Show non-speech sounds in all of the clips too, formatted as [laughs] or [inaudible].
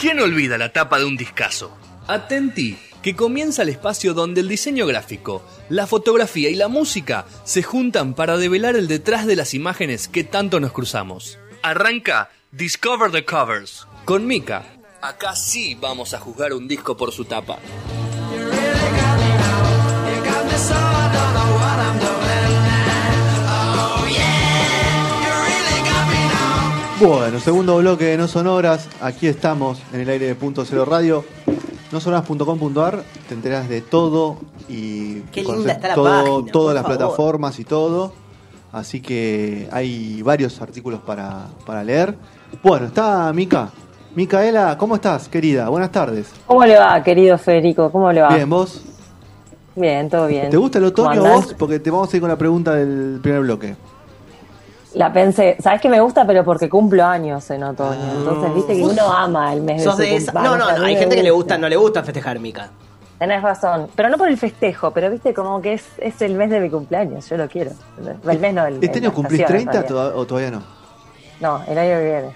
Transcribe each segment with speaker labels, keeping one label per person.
Speaker 1: ¿Quién olvida la tapa de un discazo?
Speaker 2: Atenti, que comienza el espacio donde el diseño gráfico, la fotografía y la música se juntan para develar el detrás de las imágenes que tanto nos cruzamos.
Speaker 1: Arranca Discover the Covers.
Speaker 2: Con Mika, acá sí vamos a juzgar un disco por su tapa.
Speaker 3: Bueno, segundo bloque de No Sonoras, aquí estamos en el aire de Punto Cero Radio. Nosonoras.com.ar, te enterás de todo y
Speaker 4: Qué
Speaker 3: conoces
Speaker 4: linda está la
Speaker 3: todo- todas
Speaker 4: página, por
Speaker 3: las
Speaker 4: favor.
Speaker 3: plataformas y todo. Así que hay varios artículos para, para leer. Bueno, está Mica. Micaela, ¿cómo estás, querida? Buenas tardes.
Speaker 5: ¿Cómo le va, querido Federico? ¿Cómo le va?
Speaker 3: Bien, ¿vos?
Speaker 5: Bien, todo bien.
Speaker 3: ¿Te gusta el otoño
Speaker 5: Ah. ¿Cómo andás?
Speaker 3: vos? Porque te vamos a ir con la pregunta del primer bloque.
Speaker 5: La pensé, ¿sabes que me gusta? Pero porque cumplo años en otoño.
Speaker 3: Ah,
Speaker 5: Entonces, viste que uno ama el mes
Speaker 4: Sos
Speaker 5: de su
Speaker 4: de esa.
Speaker 5: cumpleaños.
Speaker 4: No, no,
Speaker 5: A mí
Speaker 4: hay
Speaker 5: me
Speaker 4: gente que le gusta, no le gusta festejar, Mica.
Speaker 5: Tenés razón. Pero no por el festejo, pero viste como que es, es el mes de mi cumpleaños. Yo lo quiero. El mes no, el
Speaker 3: ¿Este año
Speaker 5: la
Speaker 3: cumplís
Speaker 5: estación, en
Speaker 3: 30
Speaker 5: realidad.
Speaker 3: toda- o todavía Ah. no?
Speaker 5: No, el año que viene.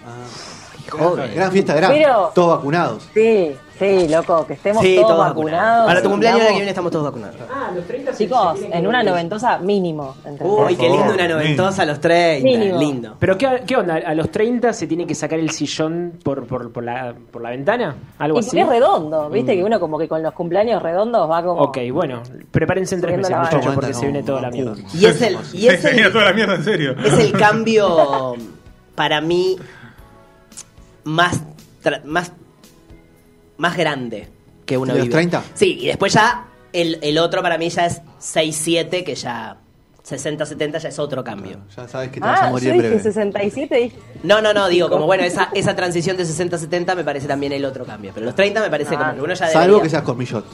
Speaker 4: Joder.
Speaker 3: Gran fiesta, gran.
Speaker 5: Pero-
Speaker 3: Todos vacunados.
Speaker 5: Sí, sí, loco, que estemos
Speaker 4: Sí,
Speaker 5: todos,
Speaker 4: todos
Speaker 5: vacunados.
Speaker 4: vacunados. Para tu cumpleaños el año que viene estamos
Speaker 5: digamos,
Speaker 4: todos vacunados.
Speaker 5: Chicos, en una noventosa mínimo. ¿entendés?
Speaker 4: Uy, qué lindo una noventosa a los 30.
Speaker 5: Mínimo.
Speaker 4: Lindo.
Speaker 6: ¿Pero qué, qué onda? ¿A los 30 se tiene que sacar el sillón por, por, por la, por la ventana? ¿Algo
Speaker 5: Y
Speaker 6: así?
Speaker 5: porque es redondo, viste que uno como que con los cumpleaños redondos va como...
Speaker 6: Ok, bueno, prepárense en tres
Speaker 5: Subiendo
Speaker 6: meses,
Speaker 5: la vara.
Speaker 6: muchachos, porque
Speaker 3: No,
Speaker 6: se viene toda
Speaker 3: no,
Speaker 6: la mierda.
Speaker 3: no.
Speaker 4: Y es el, y es
Speaker 7: [laughs] Se venía
Speaker 4: el,
Speaker 7: toda la mierda, en serio.
Speaker 4: es el cambio para mí más, tra- más, más grande que uno
Speaker 3: ¿De los
Speaker 4: vive.
Speaker 3: 30?
Speaker 4: Sí, y después ya el, el otro para mí ya es 6-7, que ya 60-70 ya es otro cambio.
Speaker 3: Ya sabes que te vas a
Speaker 5: Ah, yo
Speaker 3: morir en
Speaker 5: dije
Speaker 3: breve.
Speaker 5: 67 dije...
Speaker 4: No, no, no, digo, como bueno, esa, esa transición de 60-70 me parece también el otro cambio. Pero los 30 me parece
Speaker 5: Ah.
Speaker 4: como que uno ya
Speaker 3: Salvo
Speaker 4: debería-
Speaker 3: que seas cormillot.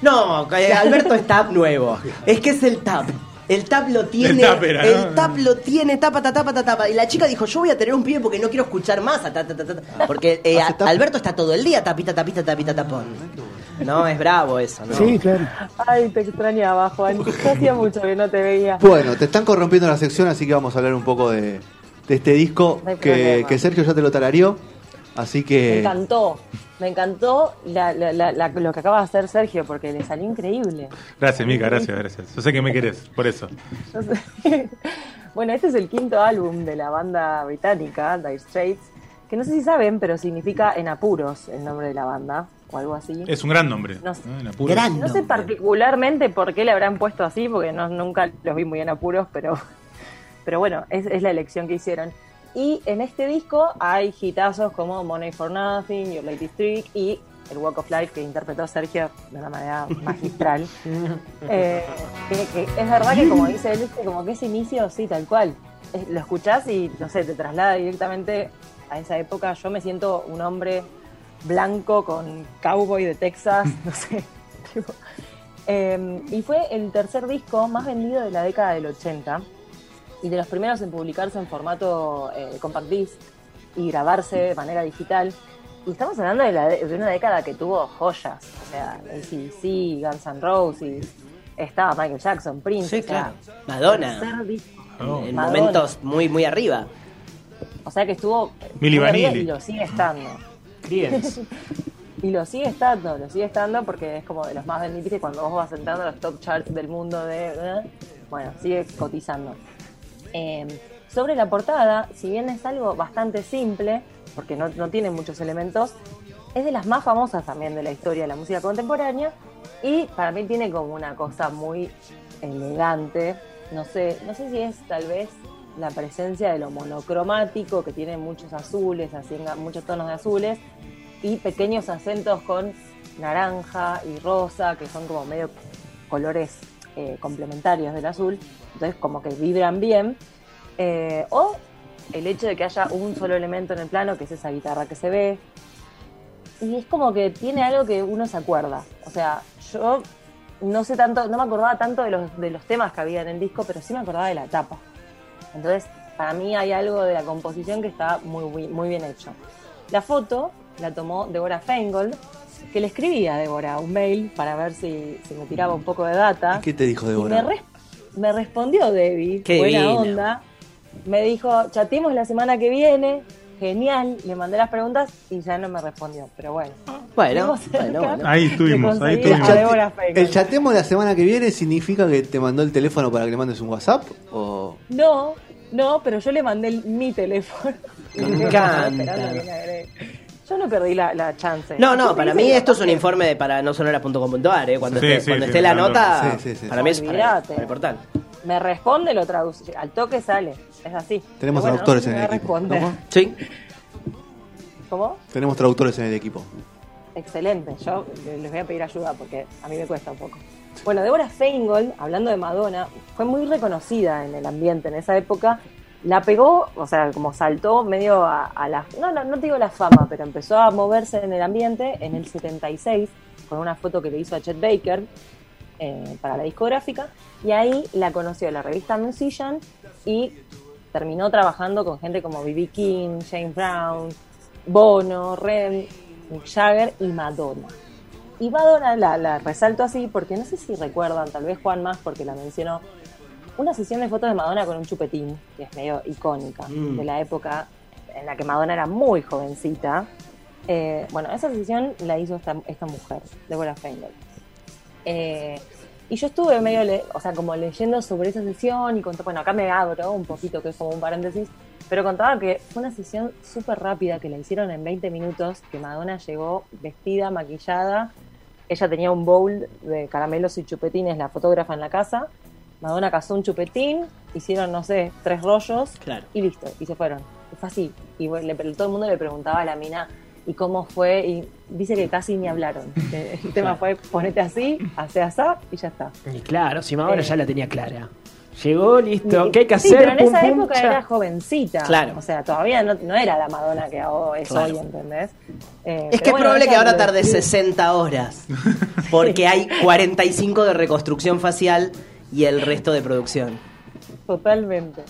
Speaker 4: No, eh, Alberto es tap nuevo. Es que es el tap. El tap lo tiene.
Speaker 7: tap era,
Speaker 4: el
Speaker 7: ¿no?
Speaker 4: tap lo tiene, tapa, tapa, tapa, tapa. Y la chica dijo, yo voy a tener un pibe porque no quiero escuchar más. a ta, ta, ta, ta,
Speaker 7: Ah.
Speaker 4: ta". Porque eh,
Speaker 3: Hace
Speaker 4: a-
Speaker 3: tap.
Speaker 4: Alberto está todo el día tapita, tapita, tapita, tapón.
Speaker 7: Ah,
Speaker 4: No, es bravo eso, ¿no?
Speaker 6: claro.
Speaker 5: Ay, te extrañaba, Juan.
Speaker 3: [laughs]
Speaker 5: Yo hacía mucho que no te veía.
Speaker 3: Bueno, te están corrompiendo la sección, así que vamos a hablar un poco de, de este disco
Speaker 5: No hay
Speaker 3: que,
Speaker 5: problema.
Speaker 3: que Sergio ya te lo tarareó. Así
Speaker 5: Me
Speaker 3: que.
Speaker 5: encantó. Me encantó la- la- la- la- lo que acaba de hacer Sergio, porque le salió increíble. [laughs]
Speaker 7: Gracias, Mica, gracias, gracias. Yo sé que me querés, por eso.
Speaker 5: No sé. bueno, este es el quinto álbum de la banda británica, Dire Straits, que no sé si saben, pero significa en apuros el nombre de la banda, o algo así.
Speaker 7: Es un gran nombre.
Speaker 5: No
Speaker 7: ¿no?
Speaker 5: sé.
Speaker 7: En apuros.
Speaker 4: Gran.
Speaker 5: No sé
Speaker 4: nombre.
Speaker 5: particularmente por qué le habrán puesto así, porque no, nunca los vi muy en apuros, pero, pero bueno, es, es la elección que hicieron. Y en este disco hay hitazos como Money for Nothing, Your Lady Trick y el Walk of Life que interpretó Sergio de una manera magistral. Eh, que- que es verdad que como dice él, ¿viste? como que ese inicio, sí, tal cual. Es- lo escuchás y, no sé, te traslada directamente a esa época. Yo me siento un hombre blanco con cowboy de Texas, [laughs] no sé. tipo. Eh, y fue el tercer disco más vendido de la década del 80 y de los primeros en publicarse en formato eh, compact disc y grabarse de manera digital. Y estamos hablando de, la de- de una década que tuvo joyas, o sea, ACDC, Guns N' Roses, estaba Michael Jackson, Prince,
Speaker 4: Sí,
Speaker 5: o sea,
Speaker 4: claro. Madonna.
Speaker 5: tercer disco.
Speaker 7: Oh.
Speaker 4: En
Speaker 5: Madonna.
Speaker 4: momentos muy, muy arriba.
Speaker 5: O sea que estuvo
Speaker 7: Milli
Speaker 5: muy arriba
Speaker 7: Vanilli.
Speaker 5: y lo sigue estando.
Speaker 6: Creedence.
Speaker 5: Y lo sigue estando, lo sigue estando porque es como de los más vendidos. ¿viste? Cuando vos vas entrando a los top charts del mundo de... ¿eh? Bueno, sigue cotizando. Eh, sobre la portada, si bien es algo bastante simple, porque no, no tiene muchos elementos, es de las más famosas también de la historia de la música contemporánea y para mí tiene como una cosa muy elegante. No sé, no sé si es tal vez la presencia de lo monocromático, que tiene muchos azules, así, en- muchos tonos de azules, y pequeños acentos con naranja y rosa, que son como medio colores eh, complementarios del azul, entonces como que vibran bien. Eh, o el hecho de que haya un solo elemento en el plano, que es esa guitarra que se ve. Y es como que tiene algo que uno se acuerda. O sea, yo no sé tanto, no me acordaba tanto de los, de los temas que había en el disco, pero sí me acordaba de la tapa. Entonces, para mí hay algo de la composición que está muy, muy, muy bien hecho. La foto la tomó Deborah Feingold, que le escribía a Deborah un mail para ver si, si me tiraba un poco de data.
Speaker 3: ¿Qué te dijo
Speaker 5: Y me,
Speaker 3: Débora?
Speaker 5: res- me respondió Debbie,
Speaker 4: Qué
Speaker 5: buena
Speaker 4: divina.
Speaker 5: onda. Me dijo, chatimos la semana que viene. genial, le mandé las preguntas y ya no me respondió, pero bueno.
Speaker 4: Bueno,
Speaker 5: Estuvimos
Speaker 4: bueno,
Speaker 5: cerca
Speaker 4: bueno.
Speaker 7: Ahí estuvimos,
Speaker 5: de
Speaker 7: ahí
Speaker 5: conseguir
Speaker 7: estuvimos.
Speaker 5: a Débora Fecal.
Speaker 3: ¿El chatemo de la semana que viene significa que te mandó el teléfono para que le mandes un WhatsApp? ¿O
Speaker 5: No, no, pero yo le mandé el- mi teléfono. [laughs]
Speaker 4: Me
Speaker 5: Y le
Speaker 4: encanta.
Speaker 5: estaba esperando que me agregue. Yo no perdí la, la chance.
Speaker 4: No, no, para mí esto es un
Speaker 5: un informe
Speaker 4: informe de para nosonoras.com.ar, ¿eh? Cuando
Speaker 7: Sí,
Speaker 4: esté,
Speaker 7: sí,
Speaker 4: cuando
Speaker 7: sí,
Speaker 4: esté la
Speaker 7: claro.
Speaker 4: nota,
Speaker 3: Sí, sí, sí.
Speaker 4: para mí es para,
Speaker 5: Olvídate.
Speaker 4: para el portal.
Speaker 5: Me responde, lo traduce. Al toque sale. Es así. Pero
Speaker 3: tenemos
Speaker 5: bueno,
Speaker 3: traductores
Speaker 5: no
Speaker 3: en
Speaker 5: me
Speaker 3: el
Speaker 5: va a
Speaker 3: equipo?
Speaker 5: responder.
Speaker 3: ¿Cómo?
Speaker 4: ¿Sí?
Speaker 5: ¿Cómo?
Speaker 3: Tenemos traductores en el equipo.
Speaker 5: Excelente. Yo le- les voy a pedir ayuda porque a mí me cuesta un poco. Bueno, Débora Feingold, hablando de Madonna, fue muy reconocida en el ambiente en esa época. La pegó, o sea, como saltó medio a, a la... No, no, no te digo la fama, pero empezó a moverse en el ambiente en el 76 con una foto que le hizo a Chet Baker eh, para la discográfica. Y ahí la conoció la revista Musician y terminó trabajando con gente como B.B. King, James Brown, Bono, Rem, Mick Jagger y Madonna. Y Madonna la, la resalto así porque no sé si recuerdan, tal vez Juan más porque la mencionó, una sesión de fotos de Madonna con un chupetín, que es medio icónica,
Speaker 4: Mm.
Speaker 5: de la época en la que Madonna era muy jovencita. Eh, bueno, esa sesión la hizo esta, esta mujer, Deborah Feingold. Eh, y yo estuve medio, le- o sea, como leyendo sobre esa sesión y contó, bueno, acá me abro un poquito, que es como un paréntesis, pero contaba que fue una sesión súper rápida que la hicieron en 20 minutos, que Madonna llegó vestida, maquillada, ella tenía un bowl de caramelos y chupetines, la fotógrafa en la casa, Madonna cazó un chupetín, hicieron, no sé, tres rollos,
Speaker 4: Claro.
Speaker 5: y listo, y se fueron. Y fue así. Y bueno, le, todo el mundo le preguntaba a la mina y cómo fue, y dice que casi
Speaker 4: [laughs]
Speaker 5: ni hablaron. Que El tema fue ponete así, hace asá y ya está.
Speaker 6: Y claro, si ahora
Speaker 5: Eh.
Speaker 6: ya la tenía clara. Llegó, listo. ¿Qué hay que hacer?
Speaker 5: Sí, pero en
Speaker 6: Pum,
Speaker 5: esa
Speaker 6: pum,
Speaker 5: época
Speaker 6: ya.
Speaker 5: era jovencita.
Speaker 4: Claro.
Speaker 5: O sea, todavía no, no era la Madonna que hago es
Speaker 4: Claro.
Speaker 5: hoy, ¿entendés? Eh,
Speaker 4: Es
Speaker 5: pero
Speaker 4: que es
Speaker 5: bueno,
Speaker 4: probable
Speaker 5: ella
Speaker 4: que ahora
Speaker 5: lo
Speaker 4: tarde
Speaker 5: describe-
Speaker 4: 60 horas, porque hay 45 de reconstrucción facial y el resto de producción.
Speaker 5: Totalmente.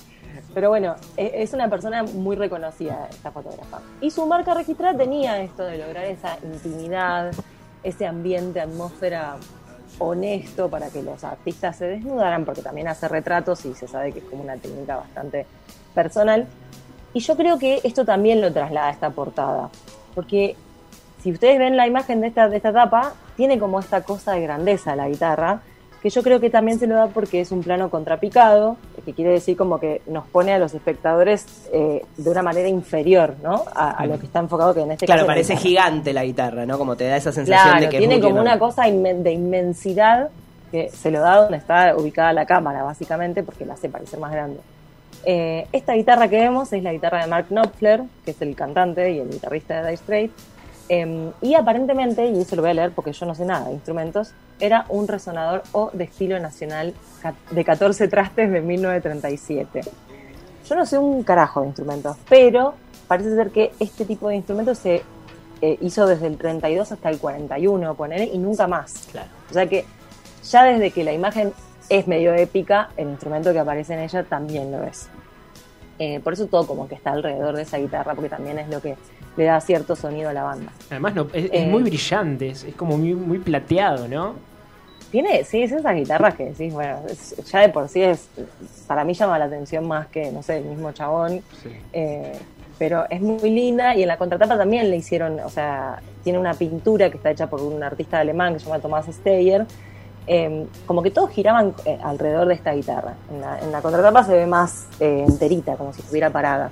Speaker 5: Pero bueno, e- es una persona muy reconocida esta fotógrafa. Y su marca registrada tenía esto de lograr esa intimidad, ese ambiente, atmósfera honesto para que los artistas se desnudaran, porque también hace retratos y se sabe que es como una técnica bastante personal. Y yo creo que esto también lo traslada a esta portada, porque si ustedes ven la imagen de esta, de esta tapa, tiene como esta cosa de grandeza la guitarra, que yo creo que también se lo da porque es un plano contrapicado, que quiere decir como que nos pone a los espectadores eh, de una manera inferior, ¿no? A, a lo que está enfocado que en este
Speaker 4: Mm. Claro,
Speaker 5: caso.
Speaker 4: parece
Speaker 5: gigante
Speaker 4: gigante la guitarra, ¿no? Como te da esa sensación
Speaker 5: Claro,
Speaker 4: de que es
Speaker 5: tiene
Speaker 4: muy
Speaker 5: como
Speaker 4: enorme.
Speaker 5: una cosa inmen- de inmensidad que se lo da donde está ubicada la cámara, básicamente, porque la hace parecer más grande. Eh, esta guitarra que vemos es la guitarra de Mark Knopfler, que es el cantante y el guitarrista de Dire Straits. Eh, y aparentemente, y eso lo voy a leer porque yo no sé nada de instrumentos, era un resonador O de estilo nacional ca- de 14 trastes de 1937. Yo no sé un carajo de instrumentos, pero parece ser que este tipo de instrumentos se eh, hizo desde el 32 hasta el 41, poner, y nunca más.
Speaker 4: Claro.
Speaker 5: O sea que ya desde que la imagen es medio épica, el instrumento que aparece en ella también lo es. Eh, por eso todo como que está alrededor de esa guitarra, porque también es lo que le da cierto sonido a la banda.
Speaker 6: Además, no, es, es
Speaker 5: Eh.
Speaker 6: muy brillante, es, es como muy, muy plateado, ¿no?
Speaker 5: Tiene, sí, es esas guitarras que decís, bueno, es- ya de por sí es, para mí llama la atención más que, no sé, el mismo chabón. Eh, pero es muy linda y en la contratapa también le hicieron, o sea, tiene una pintura que está hecha por un artista alemán que se llama Tomás Steyer. Eh, como que todos giraban eh, alrededor de esta guitarra. En la, en la contratapa se ve más eh, enterita, como si estuviera parada.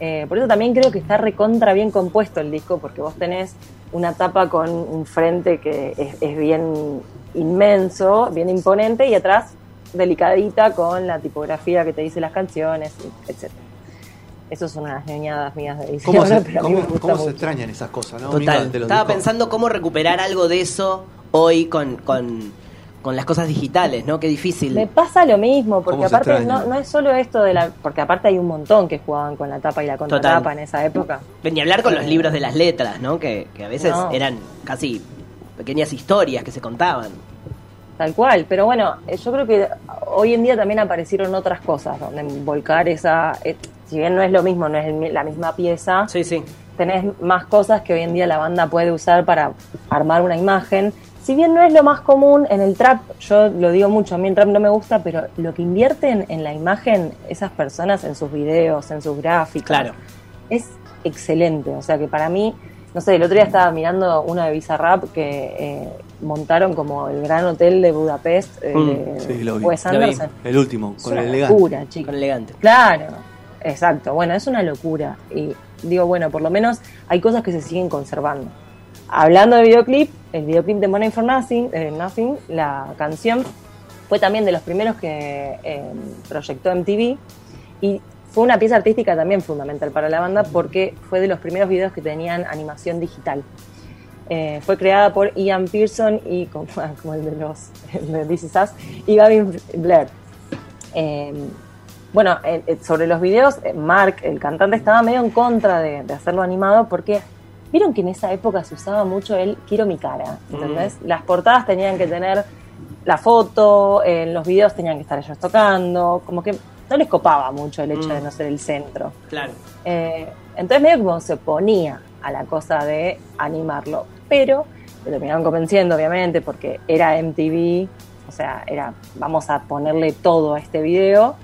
Speaker 5: Eh, por eso también creo que está recontra bien compuesto el disco, porque vos tenés una tapa con un frente que es, es bien inmenso, bien imponente, y atrás delicadita con la tipografía que te dice las canciones, etc. Eso son unas ñoñadas mías de
Speaker 3: ¿Cómo,
Speaker 5: ahora,
Speaker 3: se,
Speaker 5: [laughs] pero a mí me
Speaker 3: cómo-
Speaker 5: gusta
Speaker 3: cómo se
Speaker 5: mucho.
Speaker 3: extrañan esas cosas, no?
Speaker 4: Total.
Speaker 3: Únicamente los
Speaker 4: Estaba
Speaker 3: discos.
Speaker 4: pensando cómo recuperar algo de eso hoy con, con, con las cosas digitales, ¿no? Qué difícil.
Speaker 5: Me pasa lo mismo, porque
Speaker 3: ¿Cómo se
Speaker 5: aparte
Speaker 3: extraña?
Speaker 5: no, no es solo esto de la... Porque aparte hay un montón que jugaban con la tapa y la contratapa en esa época.
Speaker 4: Ni hablar con los libros de las letras, ¿no? Que, que a veces
Speaker 5: No.
Speaker 4: eran casi pequeñas historias que se contaban.
Speaker 5: Tal cual, pero bueno, eh, yo creo que hoy en día también aparecieron otras cosas donde volcar esa, eh, si bien no es lo mismo, no es el mi- la misma pieza,
Speaker 4: Sí, sí.
Speaker 5: tenés más cosas que hoy en día la banda puede usar para armar una imagen. Si bien no es lo más común en el trap, yo lo digo mucho, a mí el trap no me gusta, pero lo que invierten en la imagen esas personas en sus videos, en sus gráficas,
Speaker 4: Claro.
Speaker 5: es excelente. O sea que para mí, no sé, el otro día estaba mirando una de Bizarrap que eh, montaron como el gran hotel de Budapest eh,
Speaker 3: Mm, sí, lo
Speaker 5: de
Speaker 3: vi.
Speaker 5: Wes
Speaker 4: Lo vi.
Speaker 5: Anderson.
Speaker 3: El último,
Speaker 5: Es
Speaker 3: con
Speaker 5: una
Speaker 3: el elegante.
Speaker 5: locura, chicos.
Speaker 4: Con elegante.
Speaker 5: Claro, exacto. Bueno, es una locura. Y digo, bueno, por lo menos hay cosas que se siguen conservando. Hablando de videoclip, el videoclip de Money for Nothing, eh, Nothing la canción, fue también de los primeros que eh, proyectó MTV y fue una pieza artística también fundamental para la banda porque fue de los primeros videos que tenían animación digital. Eh, fue creada por Ian Pearson y como, [laughs] como el de los el de This Is Us, y Gavin Blair. Eh, bueno, eh, eh, sobre los videos, eh, Mark, el cantante, estaba medio en contra de, de hacerlo animado porque vieron que en esa época se usaba mucho el quiero mi cara, ¿entendés? Las portadas tenían que tener la foto, en los videos tenían que estar ellos tocando, como que no les copaba mucho el hecho de no ser el centro.
Speaker 4: Claro.
Speaker 5: Eh, entonces medio como se oponía a la cosa de animarlo, pero lo terminaron convenciendo obviamente porque era MTV, o sea, era vamos a ponerle todo a este video.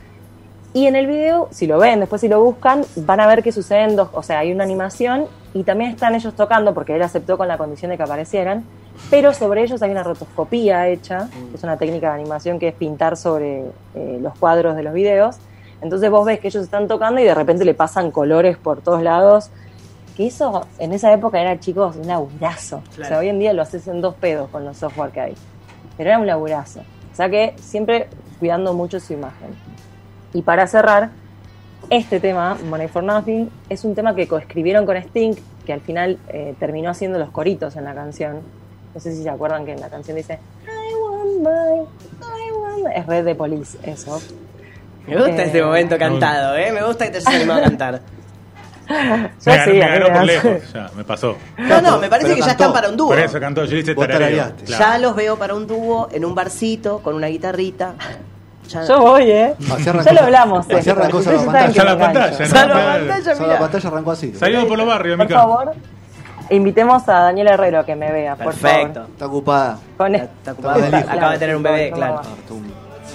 Speaker 5: Y en el video, si lo ven, después si lo buscan, van a ver que suceden dos, o sea, hay una animación y también están ellos tocando porque él aceptó con la condición de que aparecieran, pero sobre ellos hay una rotoscopía hecha, que es una técnica de animación que es pintar sobre eh, los cuadros de los videos. Entonces vos ves que ellos están tocando y de repente le pasan colores por todos lados. Que eso en esa época era, chicos, un laburazo. O sea, hoy en día lo haces en dos pedos con los software que hay. Pero era un laburazo. O sea que siempre cuidando mucho su imagen. Y para cerrar, este tema, Money for Nothing, es un tema que coescribieron con Sting, que al final eh, terminó haciendo los coritos en la canción. No sé si se acuerdan que en la canción dice I want my, I want my". Es red de police, eso.
Speaker 4: Me gusta
Speaker 5: Eh,
Speaker 4: este momento cantado, ¿eh? Me gusta que te hayas animado a cantar.
Speaker 5: Yo
Speaker 7: Me ganó,
Speaker 5: sí,
Speaker 7: me
Speaker 5: a mí
Speaker 7: ganó
Speaker 5: me
Speaker 7: por
Speaker 5: hace-
Speaker 7: lejos, ya, me pasó.
Speaker 4: [laughs] No, no, me parece
Speaker 3: Pero
Speaker 4: que ya
Speaker 3: cantó.
Speaker 4: están para un dúo.
Speaker 7: Por eso cantó, yo le hice
Speaker 3: Vos
Speaker 7: tarareo.
Speaker 3: tarareaste.
Speaker 7: Claro.
Speaker 4: Ya los veo para un dúo en un barcito con una guitarrita. [laughs] Ya,
Speaker 5: [laughs] Yo voy, ¿eh?
Speaker 3: Así
Speaker 5: Ya
Speaker 3: arrancó-
Speaker 5: lo hablamos.
Speaker 3: así
Speaker 5: esto.
Speaker 3: arrancó
Speaker 5: Ustedes
Speaker 3: Sala
Speaker 5: saben
Speaker 3: Pantalla.
Speaker 5: que me engancho.
Speaker 7: Sala Pantalla,
Speaker 4: Sala
Speaker 7: ¿no? Claro.
Speaker 4: pantalla,
Speaker 3: Solo la
Speaker 4: mirá.
Speaker 3: pantalla arrancó así.
Speaker 7: Salimos por los barrios,
Speaker 5: Por
Speaker 7: Mica.
Speaker 5: favor, invitemos a Daniel Herrero que me vea, por
Speaker 4: Perfecto.
Speaker 3: Está ocupada.
Speaker 5: favor. Con
Speaker 4: Está- está ocupada,
Speaker 3: Está-
Speaker 4: acaba de tener un bebé, claro.
Speaker 3: Ah, tú.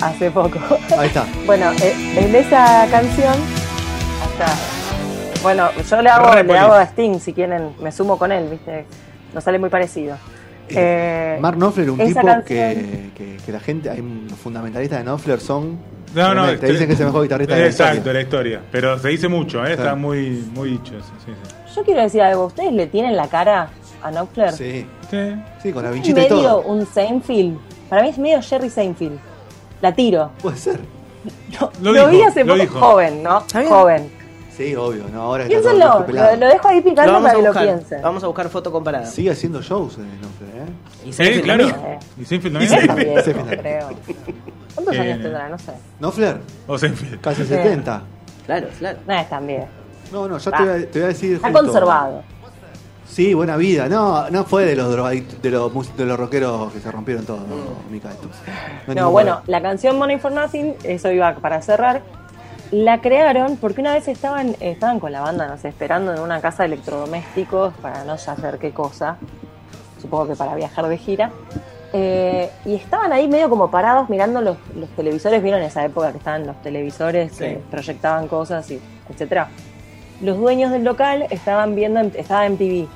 Speaker 5: Hace poco. [laughs]
Speaker 3: Ahí está.
Speaker 5: Bueno, eh, en esa canción. hasta- Bueno, yo le hago,
Speaker 7: Repoli.
Speaker 5: le hago a Sting si quieren, me sumo con él, ¿viste? Nos sale muy parecido. Eh,
Speaker 3: Mark Knopfler era un
Speaker 5: esa
Speaker 3: tipo
Speaker 5: canción-
Speaker 3: que, que, que la gente, hay un- los fundamentalistas de Knopfler son.
Speaker 7: No, no,
Speaker 3: Te dicen que es el mejor guitarrista de la
Speaker 7: Exacto,
Speaker 3: historia.
Speaker 7: la historia. Pero se dice mucho, ¿eh?
Speaker 3: Claro.
Speaker 7: Está muy, muy dicho. eso, Sí, sí.
Speaker 5: Yo quiero decir algo, ¿ustedes le tienen la cara a Knopfler?
Speaker 3: Sí,
Speaker 7: Sí.
Speaker 3: sí, con la
Speaker 5: Es
Speaker 3: vinchita y
Speaker 5: medio
Speaker 3: todo.
Speaker 5: un Seinfeld. Para mí es medio Jerry Seinfeld. La tiro.
Speaker 3: Puede ser.
Speaker 5: [laughs] No,
Speaker 7: Lo
Speaker 5: Lo,
Speaker 7: dijo,
Speaker 5: vi hace
Speaker 7: lo
Speaker 5: poco
Speaker 7: dijo.
Speaker 5: joven, ¿no?
Speaker 4: bien.
Speaker 5: Joven.
Speaker 3: Sí, obvio, no, ahora está todo
Speaker 5: Piénsenlo,
Speaker 3: rojo pelado.
Speaker 5: lo, lo dejo ahí
Speaker 4: Lo
Speaker 5: picando
Speaker 4: vamos
Speaker 5: para
Speaker 4: a
Speaker 5: que lo
Speaker 4: buscar.
Speaker 5: piensen.
Speaker 4: Vamos a buscar foto comparada.
Speaker 3: Sigue haciendo shows de Knopfler, ¿eh?
Speaker 4: Y se
Speaker 7: Sí,
Speaker 4: hace
Speaker 7: claro.
Speaker 4: lo mismo.
Speaker 7: ¿Y Seinfeld
Speaker 5: Yo
Speaker 7: también?
Speaker 5: también,
Speaker 3: Sí.
Speaker 5: no creo. ¿Cuántos
Speaker 7: Eh,
Speaker 5: años tendrá? No sé.
Speaker 3: Knopfler,
Speaker 7: O Seinfeld.
Speaker 3: casi
Speaker 5: Sí.
Speaker 3: 70.
Speaker 4: Claro, claro.
Speaker 5: No es tan viejo.
Speaker 3: No, no, ya
Speaker 5: Va.
Speaker 3: te voy, a, te voy a decir.
Speaker 5: Está
Speaker 3: justo.
Speaker 5: conservado.
Speaker 3: Sí, buena vida. No, no fue de los drogadictos, de los, mus- de los rockeros que se rompieron todos, Mica. Estos. hay
Speaker 5: No,
Speaker 3: ningún
Speaker 5: bueno,
Speaker 3: problema.
Speaker 5: la canción Money for Nothing, eso iba para cerrar, la crearon porque una vez estaban, estaban con la banda, no sé, esperando en una casa de electrodomésticos para no saber qué cosa, supongo que para viajar de gira, eh, y estaban ahí medio como parados mirando los, los televisores, vieron esa época que estaban los televisores, que proyectaban cosas y etcétera. Los dueños del local estaban viendo, estaba MTV en,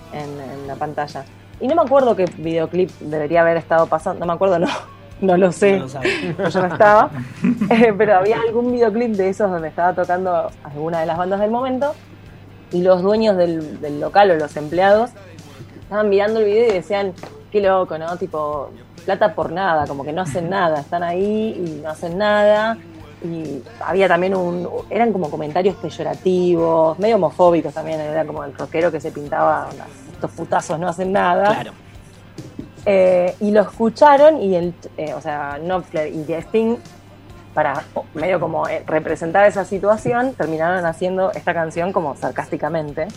Speaker 5: en la pantalla. Y no me acuerdo qué videoclip debería haber estado pasando, no me acuerdo, no, [laughs] no lo sé.
Speaker 4: No lo sabe.
Speaker 5: Pues yo no estaba, [laughs] Eh, pero había algún videoclip de esos donde estaba tocando alguna de las bandas del momento y los dueños del, del local o los empleados estaban mirando el video y decían, qué loco, ¿no? Tipo, plata por nada, como que no hacen nada, están ahí y no hacen nada. Y había también un, eran como comentarios peyorativos, medio homofóbicos también, era como el rockero que se pintaba, onda, estos putazos no hacen nada.
Speaker 4: Claro.
Speaker 5: Eh, y lo escucharon y el, eh, o sea, Knopfler y Sting, para oh, medio como eh, representar esa situación, terminaron haciendo esta canción como sarcásticamente.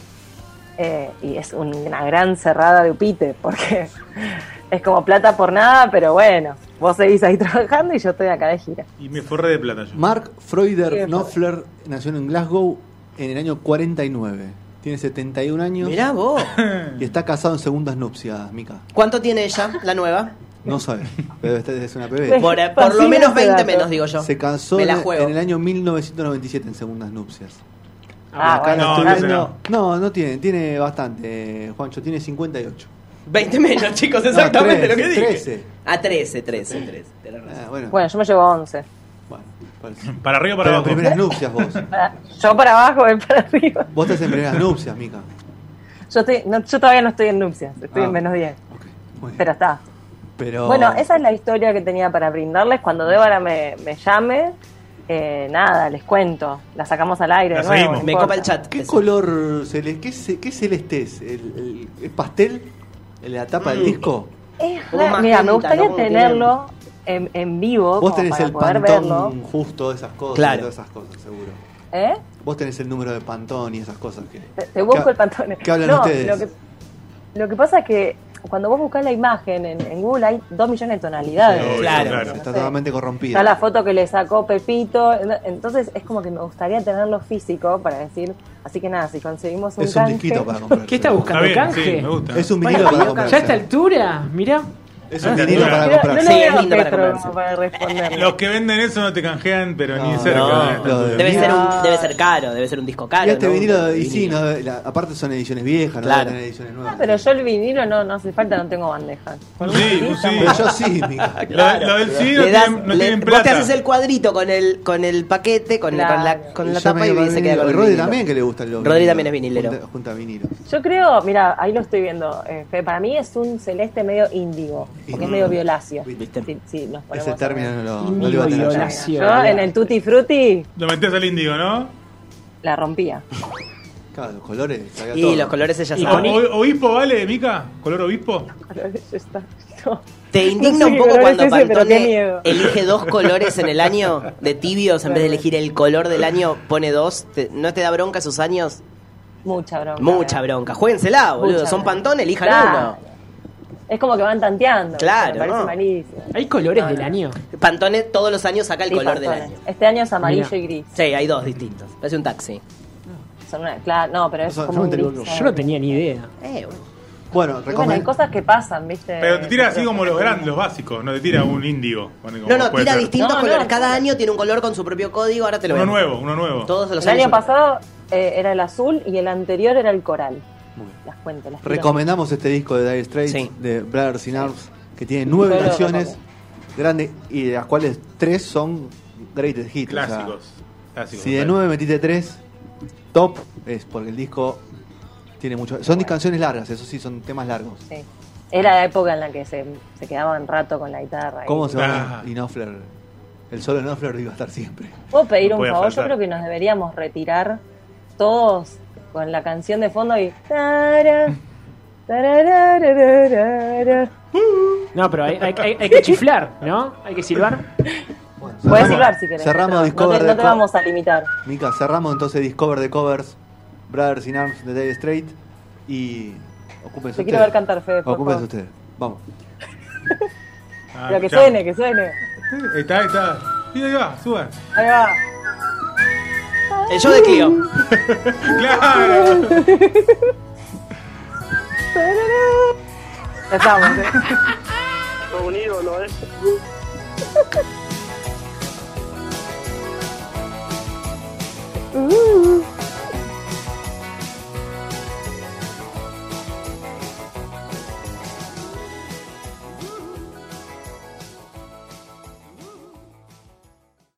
Speaker 5: Eh, y es un- una gran cerrada de upite, eh, porque [laughs] es como plata por nada, pero bueno, vos seguís ahí [laughs] trabajando y yo estoy acá de gira.
Speaker 7: Y me forré de plata yo.
Speaker 3: Mark
Speaker 5: Sí,
Speaker 3: Freuder
Speaker 5: es
Speaker 3: Knopfler nació en Glasgow en el año 49. Tiene 71 años
Speaker 4: Mirá
Speaker 7: [laughs]
Speaker 4: vos.
Speaker 3: y está casado en segundas nupcias, Mica.
Speaker 4: ¿Cuánto tiene ella, la nueva?
Speaker 3: No sabe, pero esta es una bebé.
Speaker 5: Bueno,
Speaker 4: Por, por lo
Speaker 5: Consigue
Speaker 4: menos
Speaker 5: ese
Speaker 4: 20
Speaker 5: dato.
Speaker 4: menos, digo yo.
Speaker 3: Se cansó
Speaker 4: Me
Speaker 3: en
Speaker 4: la juego.
Speaker 3: en el año 1997 en segundas nupcias.
Speaker 5: Ah,
Speaker 3: acá
Speaker 5: bueno,
Speaker 3: lo
Speaker 7: no,
Speaker 3: estoy
Speaker 5: acá-
Speaker 7: ese
Speaker 3: viendo. No, no tiene, tiene bastante, eh, Juancho, tiene 58.
Speaker 4: 20 menos, chicos,
Speaker 3: No, 13,
Speaker 4: exactamente lo que dije.
Speaker 3: 13.
Speaker 4: Ah, 13, 13, 13. tenés razón.
Speaker 3: Ah, bueno,
Speaker 5: Bueno, yo me llevo 11.
Speaker 3: bueno, parece.
Speaker 7: Para arriba o [laughs] para
Speaker 3: Pero
Speaker 7: abajo.
Speaker 3: primeras nupcias vos.
Speaker 5: Para- yo para abajo, él para [laughs] arriba.
Speaker 3: Vos estás en primeras nupcias, Mica.
Speaker 5: Yo, estoy, no, yo todavía no estoy en nupcias, estoy
Speaker 3: Ah.
Speaker 5: en menos 10.
Speaker 3: Ok, muy bien.
Speaker 5: Pero está.
Speaker 3: Pero-
Speaker 5: Bueno, esa es la historia que tenía para brindarles. Cuando Débora me, me llame, eh, nada, les cuento. La sacamos al aire.
Speaker 7: La
Speaker 5: de nuevo,
Speaker 7: seguimos.
Speaker 5: no
Speaker 4: Me
Speaker 5: importa.
Speaker 4: copa el chat.
Speaker 3: ¿Qué
Speaker 4: Eso.
Speaker 3: color celeste, qué, ce- qué celeste es? ¿El, el- el pastel? ¿El- ¿La tapa del disco?
Speaker 5: Es
Speaker 4: Hubo
Speaker 5: ra-
Speaker 4: más
Speaker 5: Mira,
Speaker 4: gente,
Speaker 5: me gustaría
Speaker 4: ¿no? Como
Speaker 5: tenerlo en, en
Speaker 3: Vos
Speaker 5: vivo. como
Speaker 3: tenés
Speaker 5: para
Speaker 3: el
Speaker 5: poder
Speaker 3: pantón
Speaker 5: verlo.
Speaker 3: justo, esas cosas,
Speaker 4: Claro.
Speaker 3: todas esas cosas, seguro.
Speaker 5: ¿Eh?
Speaker 3: Vos tenés el número de pantón y esas cosas que.
Speaker 5: Te, te busco
Speaker 3: que-
Speaker 5: el pantone.
Speaker 3: ¿Qué hablan
Speaker 5: No,
Speaker 3: ustedes?
Speaker 5: Lo que, lo que pasa es que cuando vos buscás la imagen en, en Google hay dos millones de tonalidades.
Speaker 4: Sí,
Speaker 7: Claro.
Speaker 4: claro.
Speaker 3: Está
Speaker 5: No sé.
Speaker 3: totalmente corrompida.
Speaker 5: Está la foto que le sacó Pepito. Entonces es como que me gustaría tenerlo físico para decir. Así que nada, si conseguimos un
Speaker 3: es un
Speaker 5: canje-
Speaker 3: disquito para comprar.
Speaker 6: ¿Qué está
Speaker 7: Está
Speaker 6: buscando?
Speaker 7: bien,
Speaker 6: ¿Canje?
Speaker 7: sí, me gusta.
Speaker 3: Es un vinilo para
Speaker 6: Bueno,
Speaker 3: comprar.
Speaker 6: ya a esta altura, mirá.
Speaker 3: Es un
Speaker 7: Ah,
Speaker 3: vinilo
Speaker 7: no,
Speaker 3: para
Speaker 5: Mira,
Speaker 3: comprar.
Speaker 5: no le
Speaker 4: Sí,
Speaker 5: veo
Speaker 4: es lindo
Speaker 5: a
Speaker 4: para
Speaker 5: Petro
Speaker 4: comprarse.
Speaker 5: para responderle.
Speaker 7: Los que venden eso no te canjean, pero ni
Speaker 3: No,
Speaker 7: cerca.
Speaker 3: no,
Speaker 7: ¿eh?
Speaker 3: lo de-
Speaker 4: Debe ser, un,
Speaker 5: Mira.
Speaker 4: debe ser caro, debe ser un disco caro.
Speaker 3: Y este
Speaker 4: ¿no?
Speaker 3: vinilo,
Speaker 4: Un
Speaker 3: y sí, no, la- aparte son ediciones viejas, no
Speaker 4: Claro.
Speaker 3: deben tener ediciones nuevas.
Speaker 5: Ah, pero yo el vinilo no, no hace falta, no tengo bandeja. Con un
Speaker 7: Sí,
Speaker 5: vinilo,
Speaker 7: sí.
Speaker 3: Pero yo sí, Mica.
Speaker 4: Ah,
Speaker 7: Lo- lo del CD no
Speaker 4: Le das-
Speaker 7: tienen- no
Speaker 4: le-
Speaker 7: tienen
Speaker 4: Vos te
Speaker 7: plata.
Speaker 4: haces el cuadrito con el, con el paquete, con,
Speaker 5: Claro.
Speaker 4: con la, con la
Speaker 3: Yo
Speaker 4: tapa
Speaker 3: me
Speaker 4: y
Speaker 3: iba
Speaker 4: se
Speaker 3: al
Speaker 4: queda
Speaker 3: vinilo.
Speaker 4: con
Speaker 3: Y
Speaker 4: el
Speaker 3: Rodri
Speaker 4: vinilo.
Speaker 3: también que le gusta el vinilo.
Speaker 4: Rodri también es vinilero.
Speaker 3: Junta, junta vinilos.
Speaker 5: Yo creo, mira, ahí lo estoy viendo, eh, Fe, para mí es un celeste medio índigo, porque
Speaker 3: Índigo.
Speaker 5: es medio violáceo.
Speaker 3: ¿Viste?
Speaker 5: Sí, sí, nos ponemos
Speaker 3: Ese
Speaker 5: a-
Speaker 3: término no lo, no lo
Speaker 6: Índigo
Speaker 3: iba a tener. yo.
Speaker 6: violáceo.
Speaker 5: Yo en el Tutti Frutti
Speaker 7: Lo metés al índigo, ¿no?
Speaker 5: la rompía. [laughs]
Speaker 3: Claro, los colores. sabía todo.
Speaker 4: Y los colores ella
Speaker 6: Y
Speaker 7: O-
Speaker 4: sabe.
Speaker 6: con-
Speaker 7: o- ¿Obispo vale, Mica? ¿Color obispo?
Speaker 5: Ya está. No.
Speaker 4: Te indigna
Speaker 5: No sé
Speaker 4: un
Speaker 5: qué
Speaker 4: poco
Speaker 5: color
Speaker 4: cuando
Speaker 5: es ese, pero qué
Speaker 4: Pantone
Speaker 5: miedo.
Speaker 4: elige dos colores en el año de tibios, en vez de elegir el color del año, pone dos. Te- ¿No te da bronca esos años?
Speaker 5: Mucha bronca.
Speaker 4: Mucha
Speaker 5: eh.
Speaker 4: bronca. Juéguensela, boludo.
Speaker 5: Mucha
Speaker 4: Son
Speaker 5: bronca.
Speaker 4: Pantone, elijan
Speaker 5: Claro.
Speaker 4: uno.
Speaker 5: Es como que van tanteando.
Speaker 4: Claro,
Speaker 5: Me parece
Speaker 4: ¿no?
Speaker 5: malísimo.
Speaker 6: Hay colores
Speaker 5: No,
Speaker 6: del
Speaker 5: no.
Speaker 6: año.
Speaker 4: Pantone todos los años saca el
Speaker 5: Sí,
Speaker 4: color del
Speaker 5: Pantone.
Speaker 4: año.
Speaker 5: Este año es amarillo
Speaker 6: Mira.
Speaker 5: y gris.
Speaker 4: Sí, hay dos distintos. Parece un taxi.
Speaker 5: Son una, claro, no, pero es
Speaker 3: Yo no
Speaker 5: como un
Speaker 3: tengo-
Speaker 5: gris,
Speaker 6: Yo no tenía ni idea.
Speaker 4: Eh,
Speaker 3: Bueno,
Speaker 4: bueno.
Speaker 5: Y Bueno, hay
Speaker 3: recomendamos.
Speaker 5: cosas que pasan, ¿viste?
Speaker 7: Pero te tira así como los grandes, los básicos. No te tira un índigo. Bueno, como
Speaker 4: No, no,
Speaker 7: puede
Speaker 4: tira
Speaker 7: ser.
Speaker 4: distintos
Speaker 5: No, no.
Speaker 4: colores. Cada año tiene un color con su propio código. Ahora te lo
Speaker 7: Uno
Speaker 4: veo.
Speaker 7: nuevo, uno nuevo.
Speaker 4: Todos los
Speaker 5: El año
Speaker 4: años.
Speaker 5: pasado eh, era el azul y el anterior era el coral. Las cuento, las tiro.
Speaker 3: Recomendamos este disco de Dire Straits,
Speaker 4: Sí.
Speaker 3: de Brothers in Arms, que tiene nueve
Speaker 5: Yo lo
Speaker 3: canciones grandes y de las cuales tres son greatest hits. o sea,
Speaker 7: Clásicos. Clásicos.
Speaker 3: si de
Speaker 7: total.
Speaker 3: nueve metiste tres, top, es porque el disco tiene mucho. Son dis- canciones largas, eso sí, son temas largos.
Speaker 5: Sí. Era la época en la que se, se quedaban rato con la guitarra. y-
Speaker 3: ¿Cómo se
Speaker 7: Ah.
Speaker 3: va a Inofler? El solo de Inofler iba a estar siempre.
Speaker 5: ¿Puedo pedir
Speaker 7: No
Speaker 5: un
Speaker 7: podía
Speaker 5: favor?
Speaker 7: faltar.
Speaker 5: Yo creo que nos deberíamos retirar todos con la canción de fondo y... Tara, tararararara.
Speaker 6: No, pero hay, hay- hay- hay que chiflar, ¿no? Hay que silbar.
Speaker 3: Bueno,
Speaker 5: Puedes
Speaker 3: cerramos-
Speaker 5: silbar si querés.
Speaker 3: Cerramos
Speaker 5: pero
Speaker 3: Discover
Speaker 5: no te,
Speaker 3: de
Speaker 5: no te
Speaker 3: Co-
Speaker 5: vamos a limitar.
Speaker 3: Mica, cerramos entonces Discover de Covers, Brothers in Arms de Dire Straight y ocúpense
Speaker 5: Te quiero
Speaker 3: ustedes.
Speaker 5: ver cantar, Fede, por
Speaker 3: Ocúpense
Speaker 5: favor.
Speaker 3: ustedes. Vamos.
Speaker 7: Ah,
Speaker 5: Pero que
Speaker 7: escuchá.
Speaker 5: suene, que suene.
Speaker 7: Ahí está, ahí está. Mira, ahí va, suba.
Speaker 5: Ahí va.
Speaker 4: El show de Clio.
Speaker 7: Claro.
Speaker 5: Ya estamos. ¿eh?